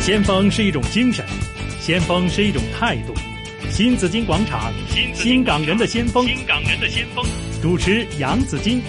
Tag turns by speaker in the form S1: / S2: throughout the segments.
S1: 先锋是一种精神，先锋是一种态度。新紫金广场，
S2: 新紫
S1: 新
S2: 金广场
S1: 港人的先锋，
S2: 新港人的先锋。
S1: 主持杨紫金。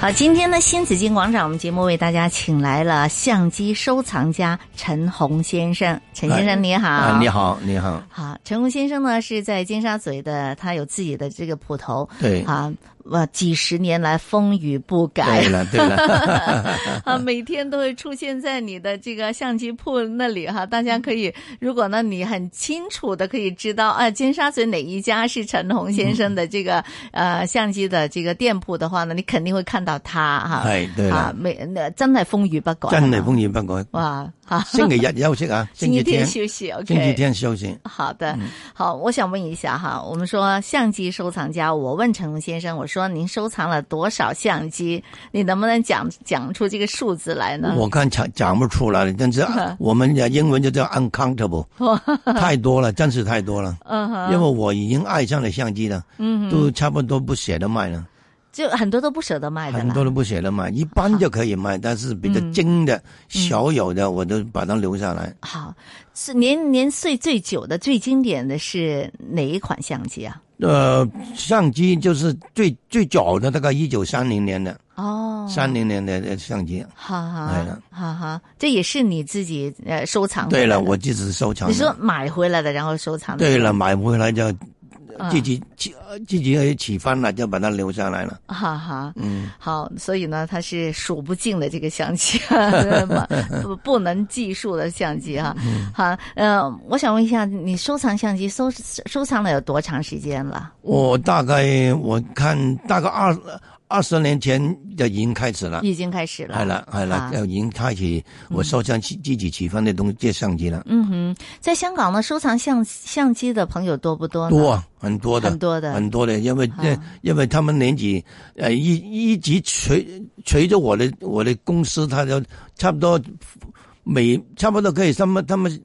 S3: 好，今天呢，新紫金广场，我们节目为大家请来了相机收藏家陈红先生。陈先生你好，
S4: 啊，你。好，你好，
S3: 好，陈红先生呢是在尖沙咀的，他有自己的这个铺头
S4: 对，
S3: 啊，呃，几十年来风雨不改
S4: 对 了，对了，
S3: 啊，每天都会出现在你的这个相机铺那里哈。大家可以，如果呢你很清楚的可以知道啊，尖沙咀哪一家是陈红先生的这个、呃相机的这个店铺的话呢，你肯定会看到他哈。
S4: 係對啦
S3: 啊，每那真系風雨不改，
S4: 真係
S3: 係嘛
S4: 風雨不改。
S3: 哇哈，
S4: 星期日休息 啊，星期
S3: 期
S4: 天，
S3: 休息，OK，
S4: 星期天嗯休息。
S3: 好的，好，我想问一下哈，我们说相机收藏家，我问陈龙先生，我说您收藏了多少相机？你能不能讲讲出这个数字来呢？
S4: 我看讲讲不出来，但是啊
S3: 嗯
S4: 我们的英文就叫 uncountable，太多了，真是太多了。
S3: 嗯
S4: 因为
S3: 哼，嗯
S4: 我已经爱上了相机了，都差不多不舍得卖了，
S3: 就很多都不舍得卖的
S4: 很
S3: 啦
S4: 多。都不舍得卖，一般就可以卖，但是比较精的、少有的，我都把它留下来。
S3: 好，是年年岁最久的、最经典的是哪一款相机啊？
S4: 呃，相机就是最最早的，大概一九三零年的，
S3: 哦，
S4: 三，零年的相机。
S3: 哈
S4: 来
S3: 哈
S4: 嗯了，
S3: 哈哈，这也是你自己呃收藏回
S4: 对
S3: 来
S4: 了，
S3: 的
S4: 我自己收藏的。
S3: 你说买回来的，然后收藏的，
S4: 对了，，买回来就
S3: 嗯
S4: 自己起自己起翻了，就把它留下来了。
S3: 哈哈，
S4: 嗯，
S3: 好，所以呢，它是数不尽的这个相机， 不不不能计数的相机哈、
S4: 嗯
S3: 好，呃，我想问一下，你收藏相机收收藏了有多长时间了？
S4: 我大概我看大概二二十年前就已经开始了，
S3: 已经开始了。
S4: 系啦系啦
S3: 啊，
S4: 就已经开始我收藏自自己起翻的东西这相机了，
S3: 嗯哼，在香港呢，收藏相相机的朋友多不多呢？
S4: 多啊，很多的
S3: 很。多的，
S4: 很多的，因为、
S3: 啊
S4: 因为他们年纪，呃，一一直随随着我的我的公司，他就差不多每差不多可以，他们他们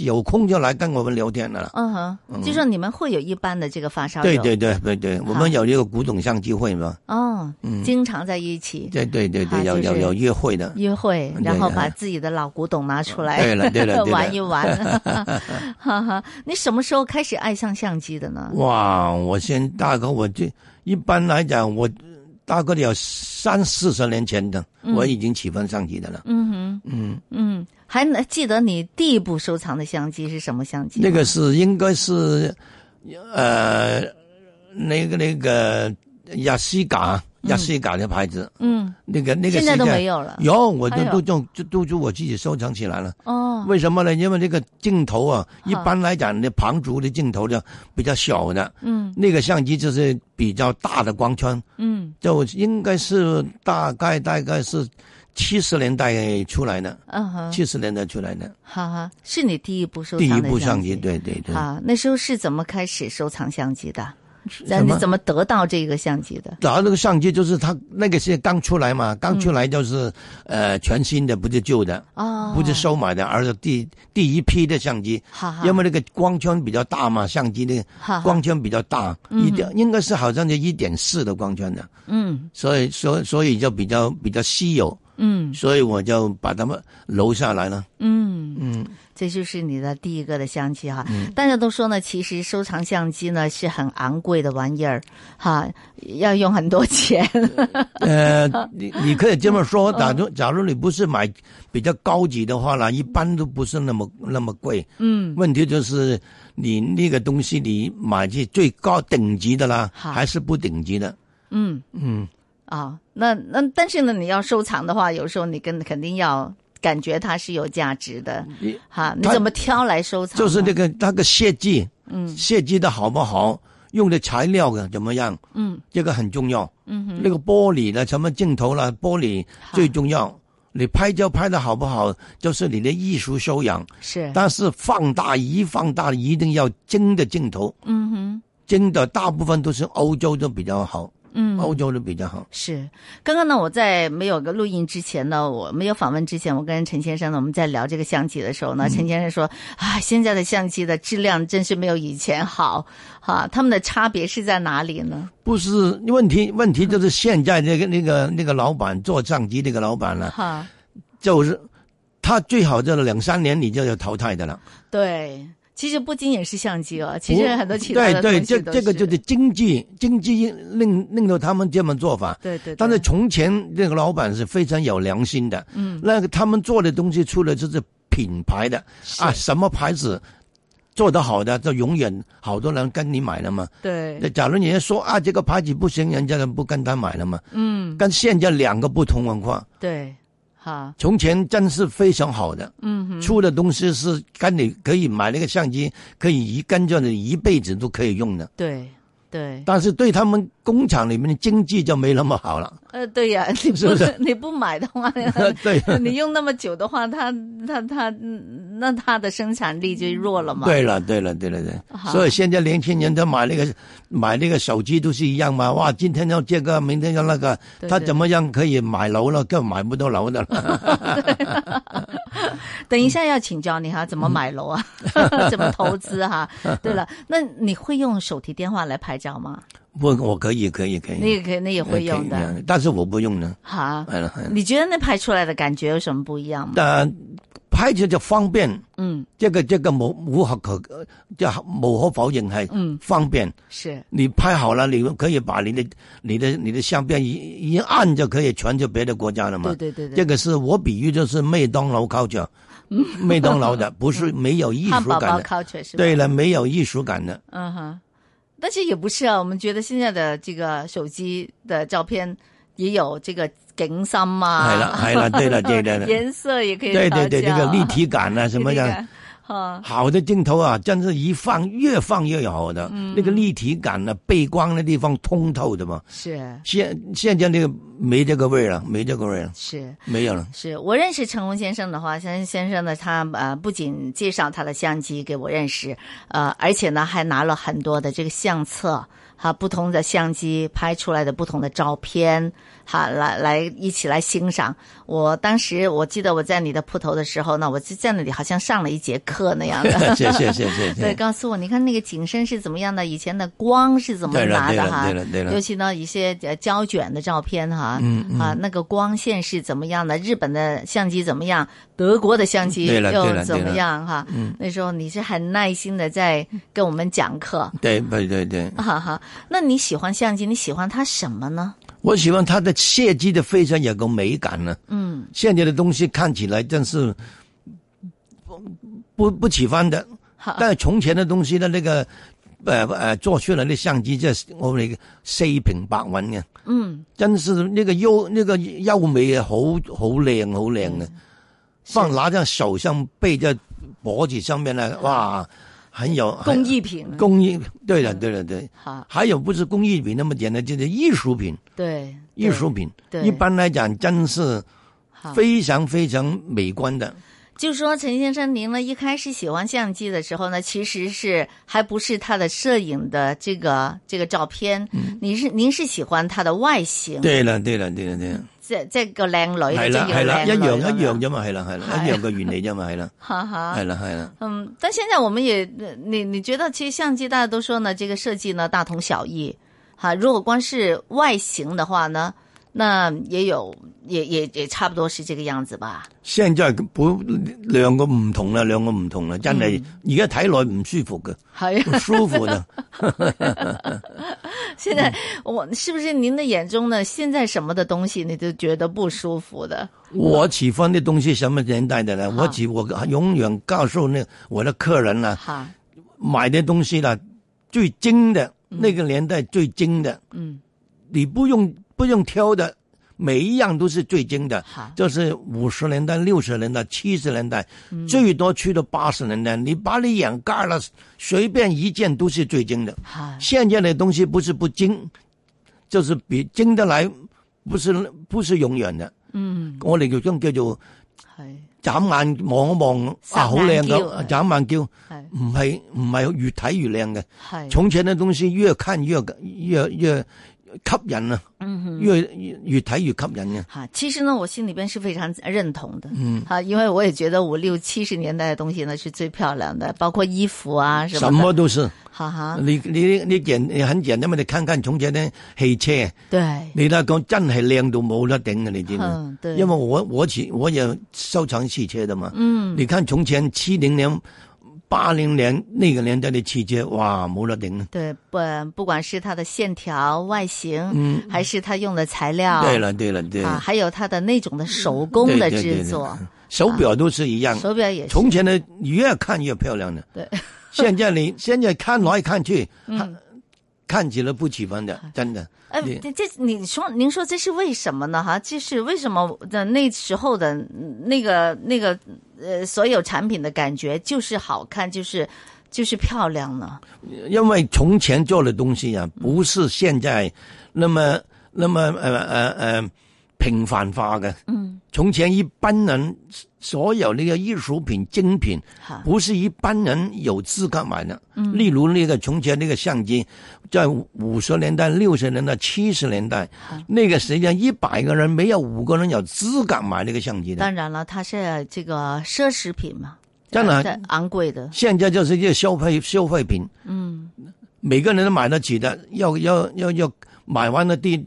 S4: 有空就来跟我们聊天了啦。
S3: 嗯哼，就说你们会有一般的这个发烧
S4: 对
S3: 友
S4: 对对对
S3: 啊
S4: 对，我们有一个古董相机会嘛，
S3: 哦，
S4: 嗯
S3: 经常在一起
S4: 对对对
S3: 啊
S4: 对，有
S3: 就
S4: 有
S3: 是
S4: 有约会的，
S3: 约会，然后
S4: 对
S3: 把自己的老古董拿出来，
S4: 对了对了对
S3: 玩一
S4: 了，
S3: 玩， 哈哈。你什么时候开始爱上相机的呢？
S4: 哇！我先大哥，我这一般来讲，我大概有三四十年前的，我已经喜欢相机的了。
S3: 嗯哼，
S4: 嗯，
S3: 嗯，还能记得你第一部收藏的相机是什么相机吗？
S4: 那个是应该是，呃，那个那个雅西嘎雅西嘎的牌子，
S3: 嗯，
S4: 那个那个
S3: 现在都
S4: 是
S3: 没有了。
S4: 有，我都
S3: 还有
S4: 都用都都我自己收藏起来了。
S3: 哦，
S4: 为什么呢？因为那个镜头啊，
S3: 嗯
S4: 一般来讲，那旁轴的镜头呢比较小的，
S3: 嗯
S4: 那个相机就是比较大的光圈，
S3: 嗯
S4: 就应该是大概大概是七十年代出来的，
S3: 嗯哼，
S4: 七十年代出来的
S3: 哈哈，是你第一部收
S4: 第
S3: 藏
S4: 一
S3: 的
S4: 部相
S3: 机，
S4: 机，。对对对。
S3: 啊，那时候是怎么开始收藏相机的？那
S4: 什
S3: 你
S4: 么
S3: 怎么得到这个相机的？
S4: 然后那个相机就是它那个是刚出来嘛，刚出来就是、呃全新的，不是旧的，
S3: 哦，
S4: 不是收买的，而是第第一批的相机，
S3: 哈哈，
S4: 因为那个光圈比较大嘛，相机那个
S3: 哈哈
S4: 光圈比较大，一点应该是好像就一点四的光圈的，
S3: 嗯
S4: 所以所以所以就比较比较稀有，
S3: 嗯
S4: 所以我就把它们留下来了。
S3: 嗯。
S4: 嗯，
S3: 这就是你的第一个的相机哈。大家都说呢，其实收藏相机呢是很昂贵的玩意儿，哈，要用很多钱。
S4: 呃，你你可以这
S3: 嗯
S4: 么说，假如假如你不是买比较高级的话啦，一般都不是那么那么贵。
S3: 嗯，
S4: 问题就是你那个东西，你买去最高顶级的啦，
S3: 好
S4: 还是不顶级的？
S3: 嗯
S4: 嗯，
S3: 啊、那那但是呢，你要收藏的话，有时候你跟肯定要感觉它是有价值的，
S4: 你
S3: 哈，你
S4: 它
S3: 怎么挑来收藏呢？
S4: 就是那个那个设计，
S3: 嗯
S4: 设计的好不好，用的材料的怎么样，
S3: 嗯
S4: 这个很重要。
S3: 嗯哼，
S4: 那个玻璃的什么镜头啦，玻璃
S3: 好
S4: 最重要。你拍照拍的好不好，就是你的艺术修养。
S3: 是
S4: 但是放大一放大，一定要精的镜头，
S3: 嗯哼
S4: 精的大部分都是欧洲都比较好。
S3: 嗯，
S4: 欧洲的比较好。
S3: 是，刚刚呢，我在没有个录音之前呢，我没有访问之前，我跟陈先生呢，我们在聊这个相机的时候
S4: 嗯
S3: 呢，陈先生说啊，现在的相机的质量真是没有以前好，哈、他们的差别是在哪里呢？
S4: 不是问题，问题就是现在那个那个那个老板做相机那个老板呢、啊
S3: 哈、
S4: 就是他最好就是两三年你就要淘汰的了。
S3: 对，其实不仅仅是相机哦，其实
S4: 不
S3: 很多其他
S4: 对
S3: 的
S4: 对，
S3: 东西
S4: 这
S3: 都
S4: 这个就是经济经济令令到他们这么做法。
S3: 对对，
S4: 但是
S3: 对
S4: 从前那个老板是非常有良心的，
S3: 嗯，
S4: 那个他们做的东西出来就是品牌的啊，什么牌子做得好的，就永远好多人跟你买了嘛。
S3: 对
S4: 那假如人家说啊，这个牌子不行，人家就不跟他买了嘛。
S3: 嗯
S4: 跟现在两个不同文化，
S3: 对，哈
S4: 从前真是非常好的，
S3: 嗯哼
S4: 出的东西是跟你可以买那个相机，可以一跟着你一辈子都可以用的。
S3: 对对，
S4: 但是对他们工厂里面的经济就没那么好 了，
S3: 呃 对呀，你
S4: 是不是
S3: 你不买的话，
S4: 对。
S3: 你用那么久的话，它它它，嗯那它的生产力就弱了嘛？啊
S4: 对了，对了，对了，对，
S3: 好
S4: 所以现在年轻人他买那个买那个手机都是一样嘛，哇，今天要这个，明天要那个，
S3: 对
S4: 他
S3: 对
S4: 怎么样可以买楼了，更买不到楼的了。
S3: 等一下要请教你哈，怎么买楼 啊？
S4: 嗯
S3: 怎么投资哈？对了，那你会用手提电话来拍照吗？
S4: 不，我可以，可以，可以，
S3: 那也可以，那也会用
S4: 哎可以嗯
S3: 的。，
S4: 但是我不用呢。
S3: 哈，
S4: 哎呀哎呀
S3: 你觉得那拍出来的感觉有什么不一样吗？
S4: 但拍摄就方便，
S3: 嗯，
S4: 这个这个无无可可，这无可否认系
S3: 嗯
S4: 方便。
S3: 是，
S4: 你拍好了，你可以把你的你的你的相片一一按就可以传去别的国家了嘛
S3: 对。对对
S4: 这
S3: 对。
S4: 个是我比喻就是麦当劳 culture，麦当劳的不是没有艺
S3: 嗯汉
S4: 术
S3: 堡包
S4: 感的，
S3: culture 是吧？
S4: 对，了，没有艺术感的，
S3: 嗯哼。但是也不是啊，我们觉得现在的这个手机的照片也有这个景深啊，
S4: 系啦系啦，对哎了对了 对了，
S3: 颜色也可以
S4: 对对对，
S3: 调
S4: 这个
S3: 教
S4: 立体感啊什么
S3: 立体
S4: 的
S3: 感。啊，
S4: 好的镜头啊，真是一放越放越好的，
S3: 嗯
S4: 那个立体感呢、背光的地方通透的嘛。
S3: 是
S4: 现现在那个没这个味儿了，没这个味儿了，
S3: 是。
S4: 没有了。，
S3: 是我认识成龙先生的话，先先生呢，他呃不仅介绍他的相机给我认识，呃，而且呢还拿了很多的这个相册，哈、不同的相机拍出来的不同的照片，哈、来来一起来欣赏。我当时我记得我在你的铺头的时候呢，我就在那里好像上了一节课那样的
S4: 谢谢谢谢
S3: 对，
S4: 谢。
S3: 告诉我你看那个景深是怎么样的，以前的光是怎么
S4: 对了
S3: 拿
S4: 对
S3: 的
S4: 了
S3: 哈，
S4: 对了对了嗯
S3: 尤，其呢一些呃胶卷的照片哈，啊那个光线是怎么样的？日本的相机怎么样？德国的相机
S4: 对了对
S3: 又
S4: 了嗯
S3: 怎
S4: 对
S3: 么
S4: 了
S3: 样哈？那时候你是很耐心的在跟我们讲课，
S4: 对对对对，
S3: 哈哈。那你喜欢相机，你喜欢它什么呢？
S4: 我喜欢它的设计的非常有个美感呢、
S3: 嗯，
S4: 现在的东西看起来真是不不不喜欢的，
S3: 好，
S4: 但是从前的东西的那个。呃呃，做出来的相机就是我哋四平八稳嘅，
S3: 嗯，
S4: 真是那个优那个优美啊，好好靓好靓
S3: 嗯
S4: 嘅，放拿在手上背在脖子上面呢，哇，很有
S3: 啊工艺嗯品，
S4: 工艺，对了对了对，
S3: 好，
S4: 还有不是工艺品那么简单，就是艺术品，
S3: 对，
S4: 艺术品，
S3: 对
S4: 一般来讲真是
S3: 好。嗯
S4: 非常非常美观的，
S3: 就说陈先生，您呢一开始喜欢相机的时候呢，其实是还不是他的摄影的这个这个照片，您是您是喜欢它的外
S4: 嗯
S3: 形，
S4: 对啦對啦對啦對啦，
S3: 即即係個靚女
S4: 係啦
S3: 即
S4: 係
S3: 係
S4: 啦，
S3: 要
S4: 一
S3: 靚
S4: 樣
S3: 女
S4: 一樣
S3: 咁樣
S4: 啫嘛，係啦係啦，
S3: 係
S4: 一樣嘅原理啫嘛，係啦
S3: 哈哈
S4: 係。啦係啦，
S3: 嗯，但现在我们也，呃你你觉得，其实相机大家都说呢，这个设计呢大同小异，哈，如果光是外形的话呢，那也有也也也差不多是这个樣子吧。
S4: 現在本兩個唔同啦，兩個唔同啦，
S3: 嗯
S4: 真係而家睇落唔舒服嘅，
S3: 係啊
S4: 唔舒服 啦，
S3: 现
S4: 嗯
S3: 在我是不是您的眼中呢？现在什么的东西你都觉得不舒服的？
S4: 我喜欢的東西什麼年代的呢？
S3: 好
S4: 我喜我永遠告訴那我的客人啊啦、
S3: 哈，
S4: 买的东西啦，最精的、那个年代最精的，
S3: 嗯，
S4: 你不用不用挑的，每一样都是最精的。
S3: 好，
S4: 就是五十年代、六十年代、七十年代，
S3: 嗯
S4: 最多去到八十年代，你把你掩盖了，随便一件都是最精的。
S3: 好，
S4: 现在的东西不是不精，就是比精得来，不是不是永远的。
S3: 嗯，
S4: 我哋叫種叫做
S3: 系
S4: 眨眼望一望，啊好
S3: 霎眼
S4: 靚
S3: 叫
S4: 咁，眨眼叫，唔
S3: 系
S4: 係唔係越睇越靚嘅。
S3: 系，
S4: 从前的东西越看越越越吸引啊，
S3: 嗯
S4: 越越越睇越吸引嘅。啊
S3: 哈，其实呢，我心里边是非常认同的，嗯，啊，因为我也觉得五六七十年代的东西呢是最漂亮的，包括衣服啊什
S4: 什
S3: 么啊
S4: 么嗯
S3: 的，
S4: 都是，
S3: 哈哈，
S4: 你你你人你很人，因为你看看從前啲汽車，
S3: 对，
S4: 你睇講真係靚到冇得頂嘅，你知唔知？
S3: 嗯对
S4: 因為我我起我也收藏汽車的嘛。嗯，你看從前七零年、八零年那個年代的汽車，哇，冇得頂啊！
S3: 对，不不管是它的线条、外形，嗯，还是它用的材料，
S4: 對了對了對，
S3: 啊，还有它的那种的手工
S4: 对
S3: 的
S4: 对嗯
S3: 制
S4: 对
S3: 作，
S4: 对手表都是一樣。
S3: 啊手表也是，
S4: 從前的越看越漂亮的，
S3: 对，
S4: 現在 你現在看來看去，看看起來不喜歡的，真的。
S3: 哎，
S4: 你
S3: 这这你说，您说这是为什么呢？哈，就是为什么的那时候的那个那个呃，所有产品的感觉就是好看，就是就是漂亮呢？
S4: 因为从前做的东西啊，不是现在那么那么呃呃呃平凡化的。嗯，从前一般人所有那个艺术品精品
S3: 哈，
S4: 不是一般人有资格买的。嗯，例如那个从前那个相机，在五十年代、六十年代、七十年代，那个时间一百个人没有五个人有资格买那个相机的。
S3: 当然了，它是这个奢侈品嘛，
S4: 当然
S3: 呃昂贵的，
S4: 现在就是一个消费消费品，嗯，每个人都买得起的，要要要要买完了地，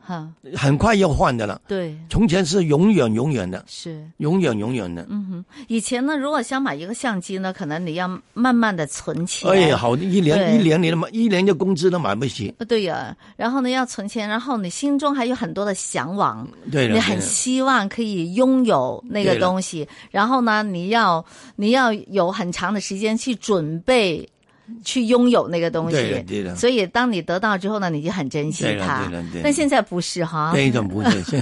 S3: 哈，
S4: 很快要换的了。
S3: 对，
S4: 从前是永远永远的，
S3: 是。
S4: 永远永远的。
S3: 嗯以前呢，如果想买一个相机呢，可能你要慢慢的存钱。
S4: 哎呀，好一
S3: 对
S4: 年一年你都买，一年的工资都买不起。
S3: 呃对呀，然后呢要存钱，然后你心中还有很多的向往，
S4: 对了，对
S3: 你很
S4: 了
S3: 希望可以拥有那个
S4: 对了
S3: 东西，然后呢，你要你要有很长的时间去准备，去拥有那个东
S4: 对了
S3: 西。
S4: 对了
S3: 所以当你得到之后呢，你就很珍惜
S4: 对了
S3: 它
S4: 对了对。了
S3: 但现在不是哈，
S4: 那一种不 是，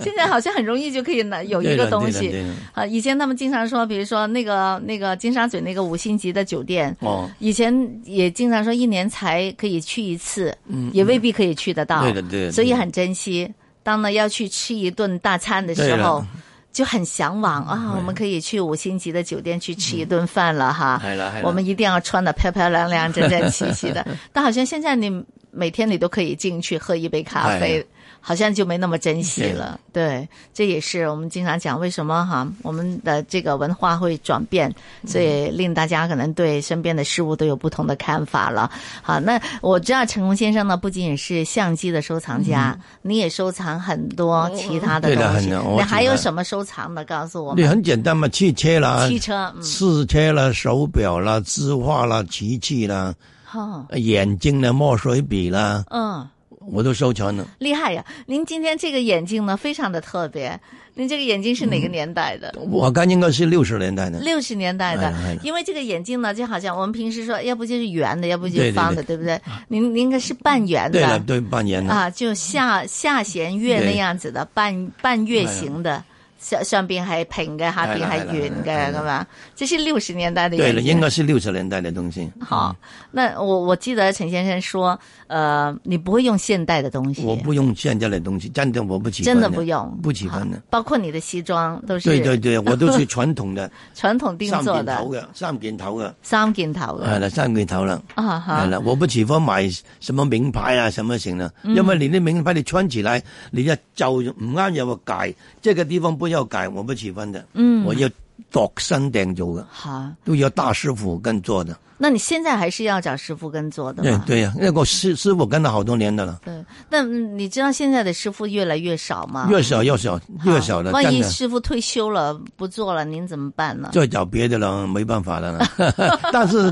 S3: 现在好像很容易就可以拿有一
S4: 对
S3: 个
S4: 了
S3: 东
S4: 对了对
S3: 西
S4: 了。
S3: 啊，以前他们经常说，比如说那个那个金沙咀那个五星级的酒店。
S4: 哦，
S3: 以前也经常说一年才可以去一次，也未必可以去得到，
S4: 嗯对的对的
S3: 啊所以
S4: 对的
S3: 很珍惜。当呢要去吃一顿大餐的时
S4: 对
S3: 候
S4: 了，
S3: 就很向往啊，我们可以去五星级的酒店去吃一
S4: 嗯
S3: 顿饭了哈。
S4: 是哎啦是啦
S3: 我们一定要穿的漂漂亮亮、整整齐 齐的。但好像现在你每天你都可以进去喝一杯咖
S4: 哎
S3: 啡
S4: 呀。
S3: 好像就没那么珍惜
S4: 对
S3: 了，对，这也是我们经常讲为什么哈，我们的这个文化会转变，所以令大家可能对身边的事物都有不同的看法了。好，那我知道陈红先生呢，不仅仅是相机的收藏家，
S4: 嗯
S3: 你也收藏很多其他的
S4: 对的
S3: 东西，
S4: 很多我
S3: 你还有
S4: 喜欢
S3: 什么收藏的？告诉我
S4: 你
S3: 们。
S4: 很简单嘛，汽车啦，
S3: 汽车，嗯，
S4: 汽车啦，手表啦，字画啦，瓷器啦，
S3: 好，
S4: 眼睛啦，墨水笔啦，
S3: 嗯。
S4: 我都收藏了。
S3: 厉害呀！您今天这个眼镜呢，非常的特别。您这个眼镜是
S4: 嗯
S3: 哪个年代的？
S4: 我看应该是六十年代的。
S3: 六十年代的
S4: 哎呀哎呀，
S3: 因为这个眼镜呢，就好像我们平时说，哎要不就是圆的，要不就
S4: 对对
S3: 是方的，对不对？您您应该是半圆
S4: 对了，
S3: 的
S4: 对，扮演了。
S3: 啊，就下下弦月
S4: 对
S3: 那样子的，半半月形的，上上边还平嘅，下
S4: 哎
S3: 边还
S4: 呀哎呀
S3: 圆
S4: 哎
S3: 嘅，
S4: 呀
S3: 咁嘛？这是六十年代的
S4: 对了，
S3: 眼
S4: 应
S3: 镜。
S4: 该是嗯六十年代的东西。
S3: 好，那我我记得陈先生说，呃，你不会用现代的东西，
S4: 我不用现在的东西，真的我不喜欢。
S3: 真的不用，
S4: 不喜欢的
S3: 啊。包括你的西装都是
S4: 对对 对，我都是传统的
S3: 传统定
S4: 三
S3: 做
S4: 件
S3: 的
S4: 头嘅，三件哎头嘅，
S3: 三件头
S4: 系
S3: 嘅
S4: 啦，三件头啦，
S3: 啊
S4: 系
S3: 哈，
S4: 啦，我不喜欢买什么名牌啊，什么型啦，
S3: 嗯
S4: 因为你啲名牌你穿起来，你一皱唔啱有个解，这个地方不要解，我不喜欢的。嗯，我要度身订做嘅，
S3: 好。
S4: 都要大师傅跟做的。
S3: 那你现在还是要找师傅跟做的
S4: 对
S3: 吗？
S4: 哎对呀，那个师师傅跟了好多年的了，
S3: 对，那嗯你知道现在的师傅越来越少吗？
S4: 越少越少越少
S3: 啊
S4: 的，
S3: 万
S4: 真
S3: 一啊
S4: 的。
S3: 师傅退休了不做了，您怎么办呢？
S4: 再找别的了，没办法了呢。 但是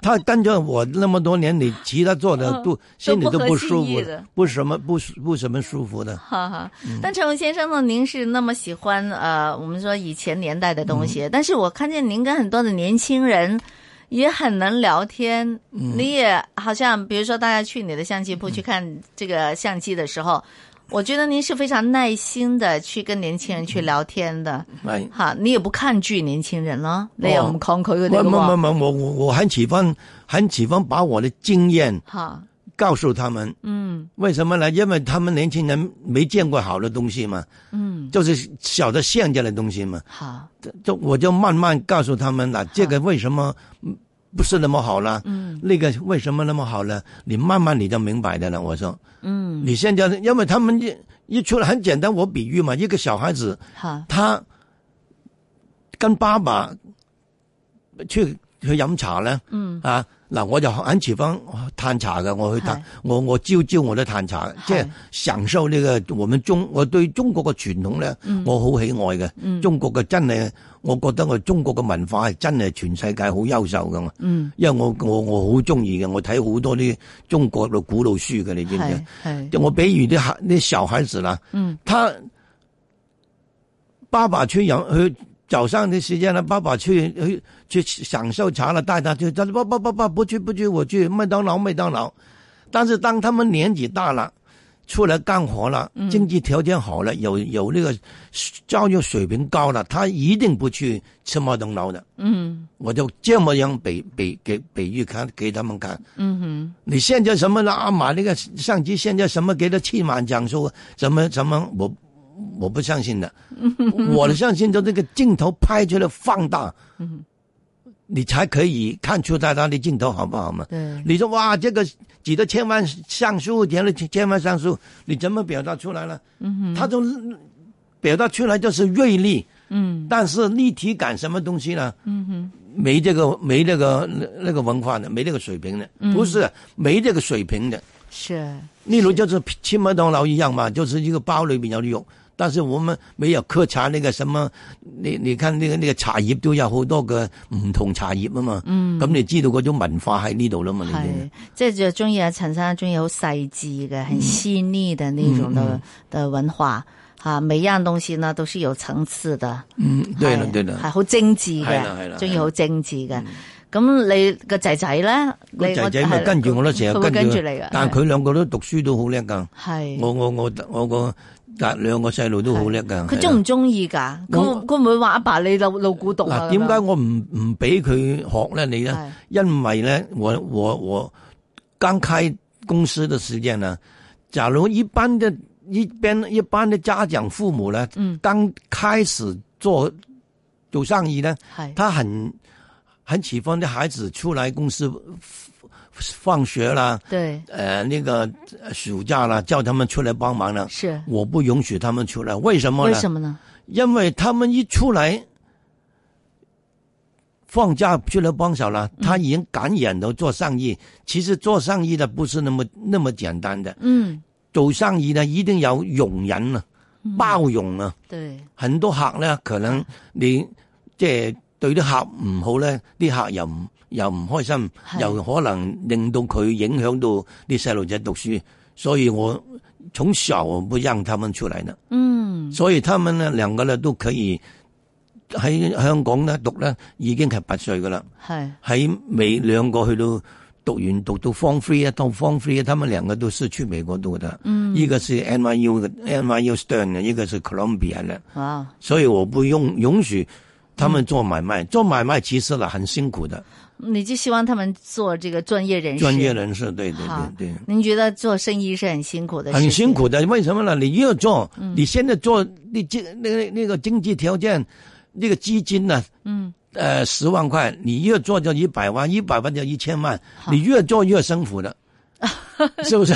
S4: 他跟着我那么多年，你其他做的都、心里都不舒
S3: 嗯都不合心
S4: 服
S3: 意的，
S4: 不什么不不什么舒服的。
S3: 哈哈，
S4: 嗯
S3: 但陈文先生呢？您是那么喜欢呃，我们说以前年代的东
S4: 嗯
S3: 西，但是我看见您跟很多的年轻人也很能聊天，
S4: 嗯
S3: 你也好像比如说大家去你的相机铺去看这个相机的时
S4: 嗯
S3: 候，我觉得您是非常耐心的去跟年轻人去聊天的，
S4: 哎，
S3: 哈，你也不抗拒年轻人咯，你又唔抗拒佢
S4: 哦我
S3: 哋
S4: 我我
S3: 咯，
S4: 我我我很喜欢很喜欢把我的经验
S3: 哈，
S4: 告诉他们。嗯，为什么呢？因为他们年轻人没见过好的东西嘛。嗯，就是晓得现在的东西嘛。
S3: 好，
S4: 就我就慢慢告诉他们了，这个为什么嗯不是那么好了，嗯，那个为什么那么好呢？你慢慢你就明白的了。我说，嗯，你现在因为他们一一出来很简单，我比喻嘛，一个小孩子
S3: 好，
S4: 他跟爸爸去去饮茶咧，嗯啊嗱，我就喺廚房嘆茶嘅，我去
S3: 係
S4: 嘆，我我朝朝我都嘆茶，即係享受呢、個我們中我對中國嘅傳統咧，我好喜愛嘅。中國嘅真係，我覺得我中國嘅文化係真係全世界好優秀嘅嘛。
S3: 嗯，
S4: 因為我我我好中意嘅，我睇好多啲中國嘅古老書嘅，你知唔啊知
S3: 系？系
S4: 就我比喻啲孩啲小孩子啦，
S3: 嗯，
S4: 他爸爸去养去早上的时间呢，爸爸去去去享受茶了，带他去，他说不不不不不去不去，我去麦当劳麦当劳。但是当他们年纪大了，出来干活了，经济条件好了，有有那个教育水平高了，他一定不去吃麦当劳的。
S3: 嗯
S4: 我就这么样比比给比喻看给他们看。
S3: 嗯哼
S4: 你现在什么了？啊，买那个相机，现在什么给他气满讲说什么什么，我我不相信的，我的相信就这个镜头拍出来放大，你才可以看出他他的镜头好不好嘛？
S3: 对
S4: 你说哇，这个几多千万像素，填了千万像素，你怎么表达出来呢？嗯他就表达出来就是锐利，嗯，但是立体感什么东西呢？嗯哼，没这个没那个那个文化的，没那个水平的，不是没这个水平的。
S3: 是
S4: 例如就是吃麦当劳一样嘛，就是一个包里面有肉，但是我们没有喝茶那个什么，你你看那个那个茶葉都有好多嘅唔同茶葉啊嘛，嗯，咁你知道嗰種文化喺呢度啦嘛，你已經
S3: 系，即系就中意阿陈生中意好细致嘅、
S4: 嗯
S3: 很细腻的那种的、的文化。啊，每样东西呢都是有层次的，
S4: 嗯，對啦
S3: 係
S4: 對
S3: 係
S4: 啦，
S3: 好精致
S4: 係啦係啦
S3: 嘅，中意好精致嘅。咁你個仔仔咧，
S4: 個
S3: 你
S4: 仔仔咪跟住我咯，成
S3: 佢
S4: 日
S3: 會跟
S4: 跟
S3: 住嗯
S4: 住
S3: 你嘅
S4: 佢，，但佢兩個都讀書都好叻噶，
S3: 係
S4: 我我我我個兩個細路都好叻噶，
S3: 佢
S4: 係啦
S3: 中唔中意㗎？佢
S4: 我
S3: 會佢唔會話阿爸你老老古董啊？
S4: 嗱，點解
S3: 咁樣
S4: 我唔唔俾佢學咧？你
S3: 係
S4: 咧，因為咧，我我我剛開公司的時間呢，假如一般的、一般一般的家長父母呢，
S3: 嗯
S4: 剛開始做做生意呢，
S3: 係
S4: 他很很喜歡的孩子出來公司放放學啦，
S3: 對
S4: 呃，那個暑假啦，叫他們出來幫忙了。
S3: 是
S4: 我不允許他們出來，為什么
S3: 為
S4: 呢？
S3: 什麼呢？
S4: 因为他们一出来放假去了帮手了，他已经感染到做生意。其实做生意的不是那么那么简单的，
S3: 嗯，
S4: 做生意呢一定要容忍啊，包容啊。
S3: 對
S4: 很多客咧，可能你即係對啲客唔好咧，啲客又唔又唔開心，
S3: 係
S4: 又可能令到佢影響到啲細路仔讀書，所以我從小我不讓他們出來的。嗯，所以他們呢兩個咧都可以喺香港咧讀咧已經係八歲噶啦，
S3: 係
S4: 喺美兩個去到。讀完讀到 Form Three 啊，到 Form Three 啊，他們兩個都是去美國讀的，嗯，一個是 NYU 的 NYU Stern 的，一個是 Columbia 的，
S3: 哇。
S4: 所以我不用允许
S3: 嗯
S4: 他们做买卖。做买卖其实呢很辛苦的，
S3: 你就希望他们做这个专业人士，
S4: 专业人士，对对
S3: 好
S4: 对对。
S3: 您觉得做生意是很辛苦的，
S4: 很辛。苦的，为什么呢？你要做，
S3: 嗯
S4: 你现在做，你经那个那个经济条件，那个基金呢、嗯，呃，十万块，你越做就一百万，一百万就一千万，你越做越辛苦 的，是不是？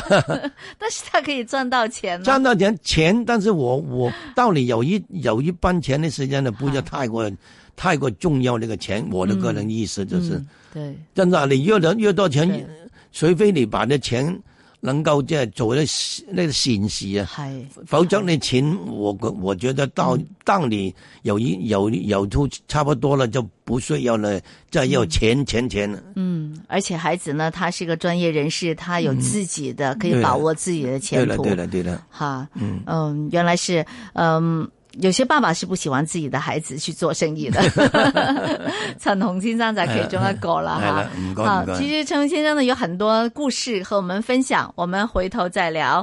S3: 但是他可以赚到钱呢。
S4: 赚到点钱，但是我我到你有一有一半钱的时间呢，不要太过太过重要那个钱。我的个人意思就是，
S3: 嗯对，
S4: 真的，你越能越多
S3: 对
S4: 钱，除非你把啲錢能夠即係做啲呢個善事啊，
S3: 系
S4: 否則你錢我我覺得到當你有一有有都差不多了，就不需要了，再要錢錢錢了。
S3: 嗯，而且孩子呢，他是个专业人士，他有自己的，可以
S4: 对了
S3: 把握自己的
S4: 對
S3: 前
S4: 嗯了
S3: 途。
S4: 對了對了，
S3: 哈，嗯原来是嗯。有些爸爸是不喜欢自己的孩子去做生意 的，陈红先生就系其中一个啦
S4: 哎係啦唔
S3: 哈。
S4: 該
S3: 好
S4: 唔該
S3: 其实陈红先生呢有很多故事和我们分享，我们回头再聊。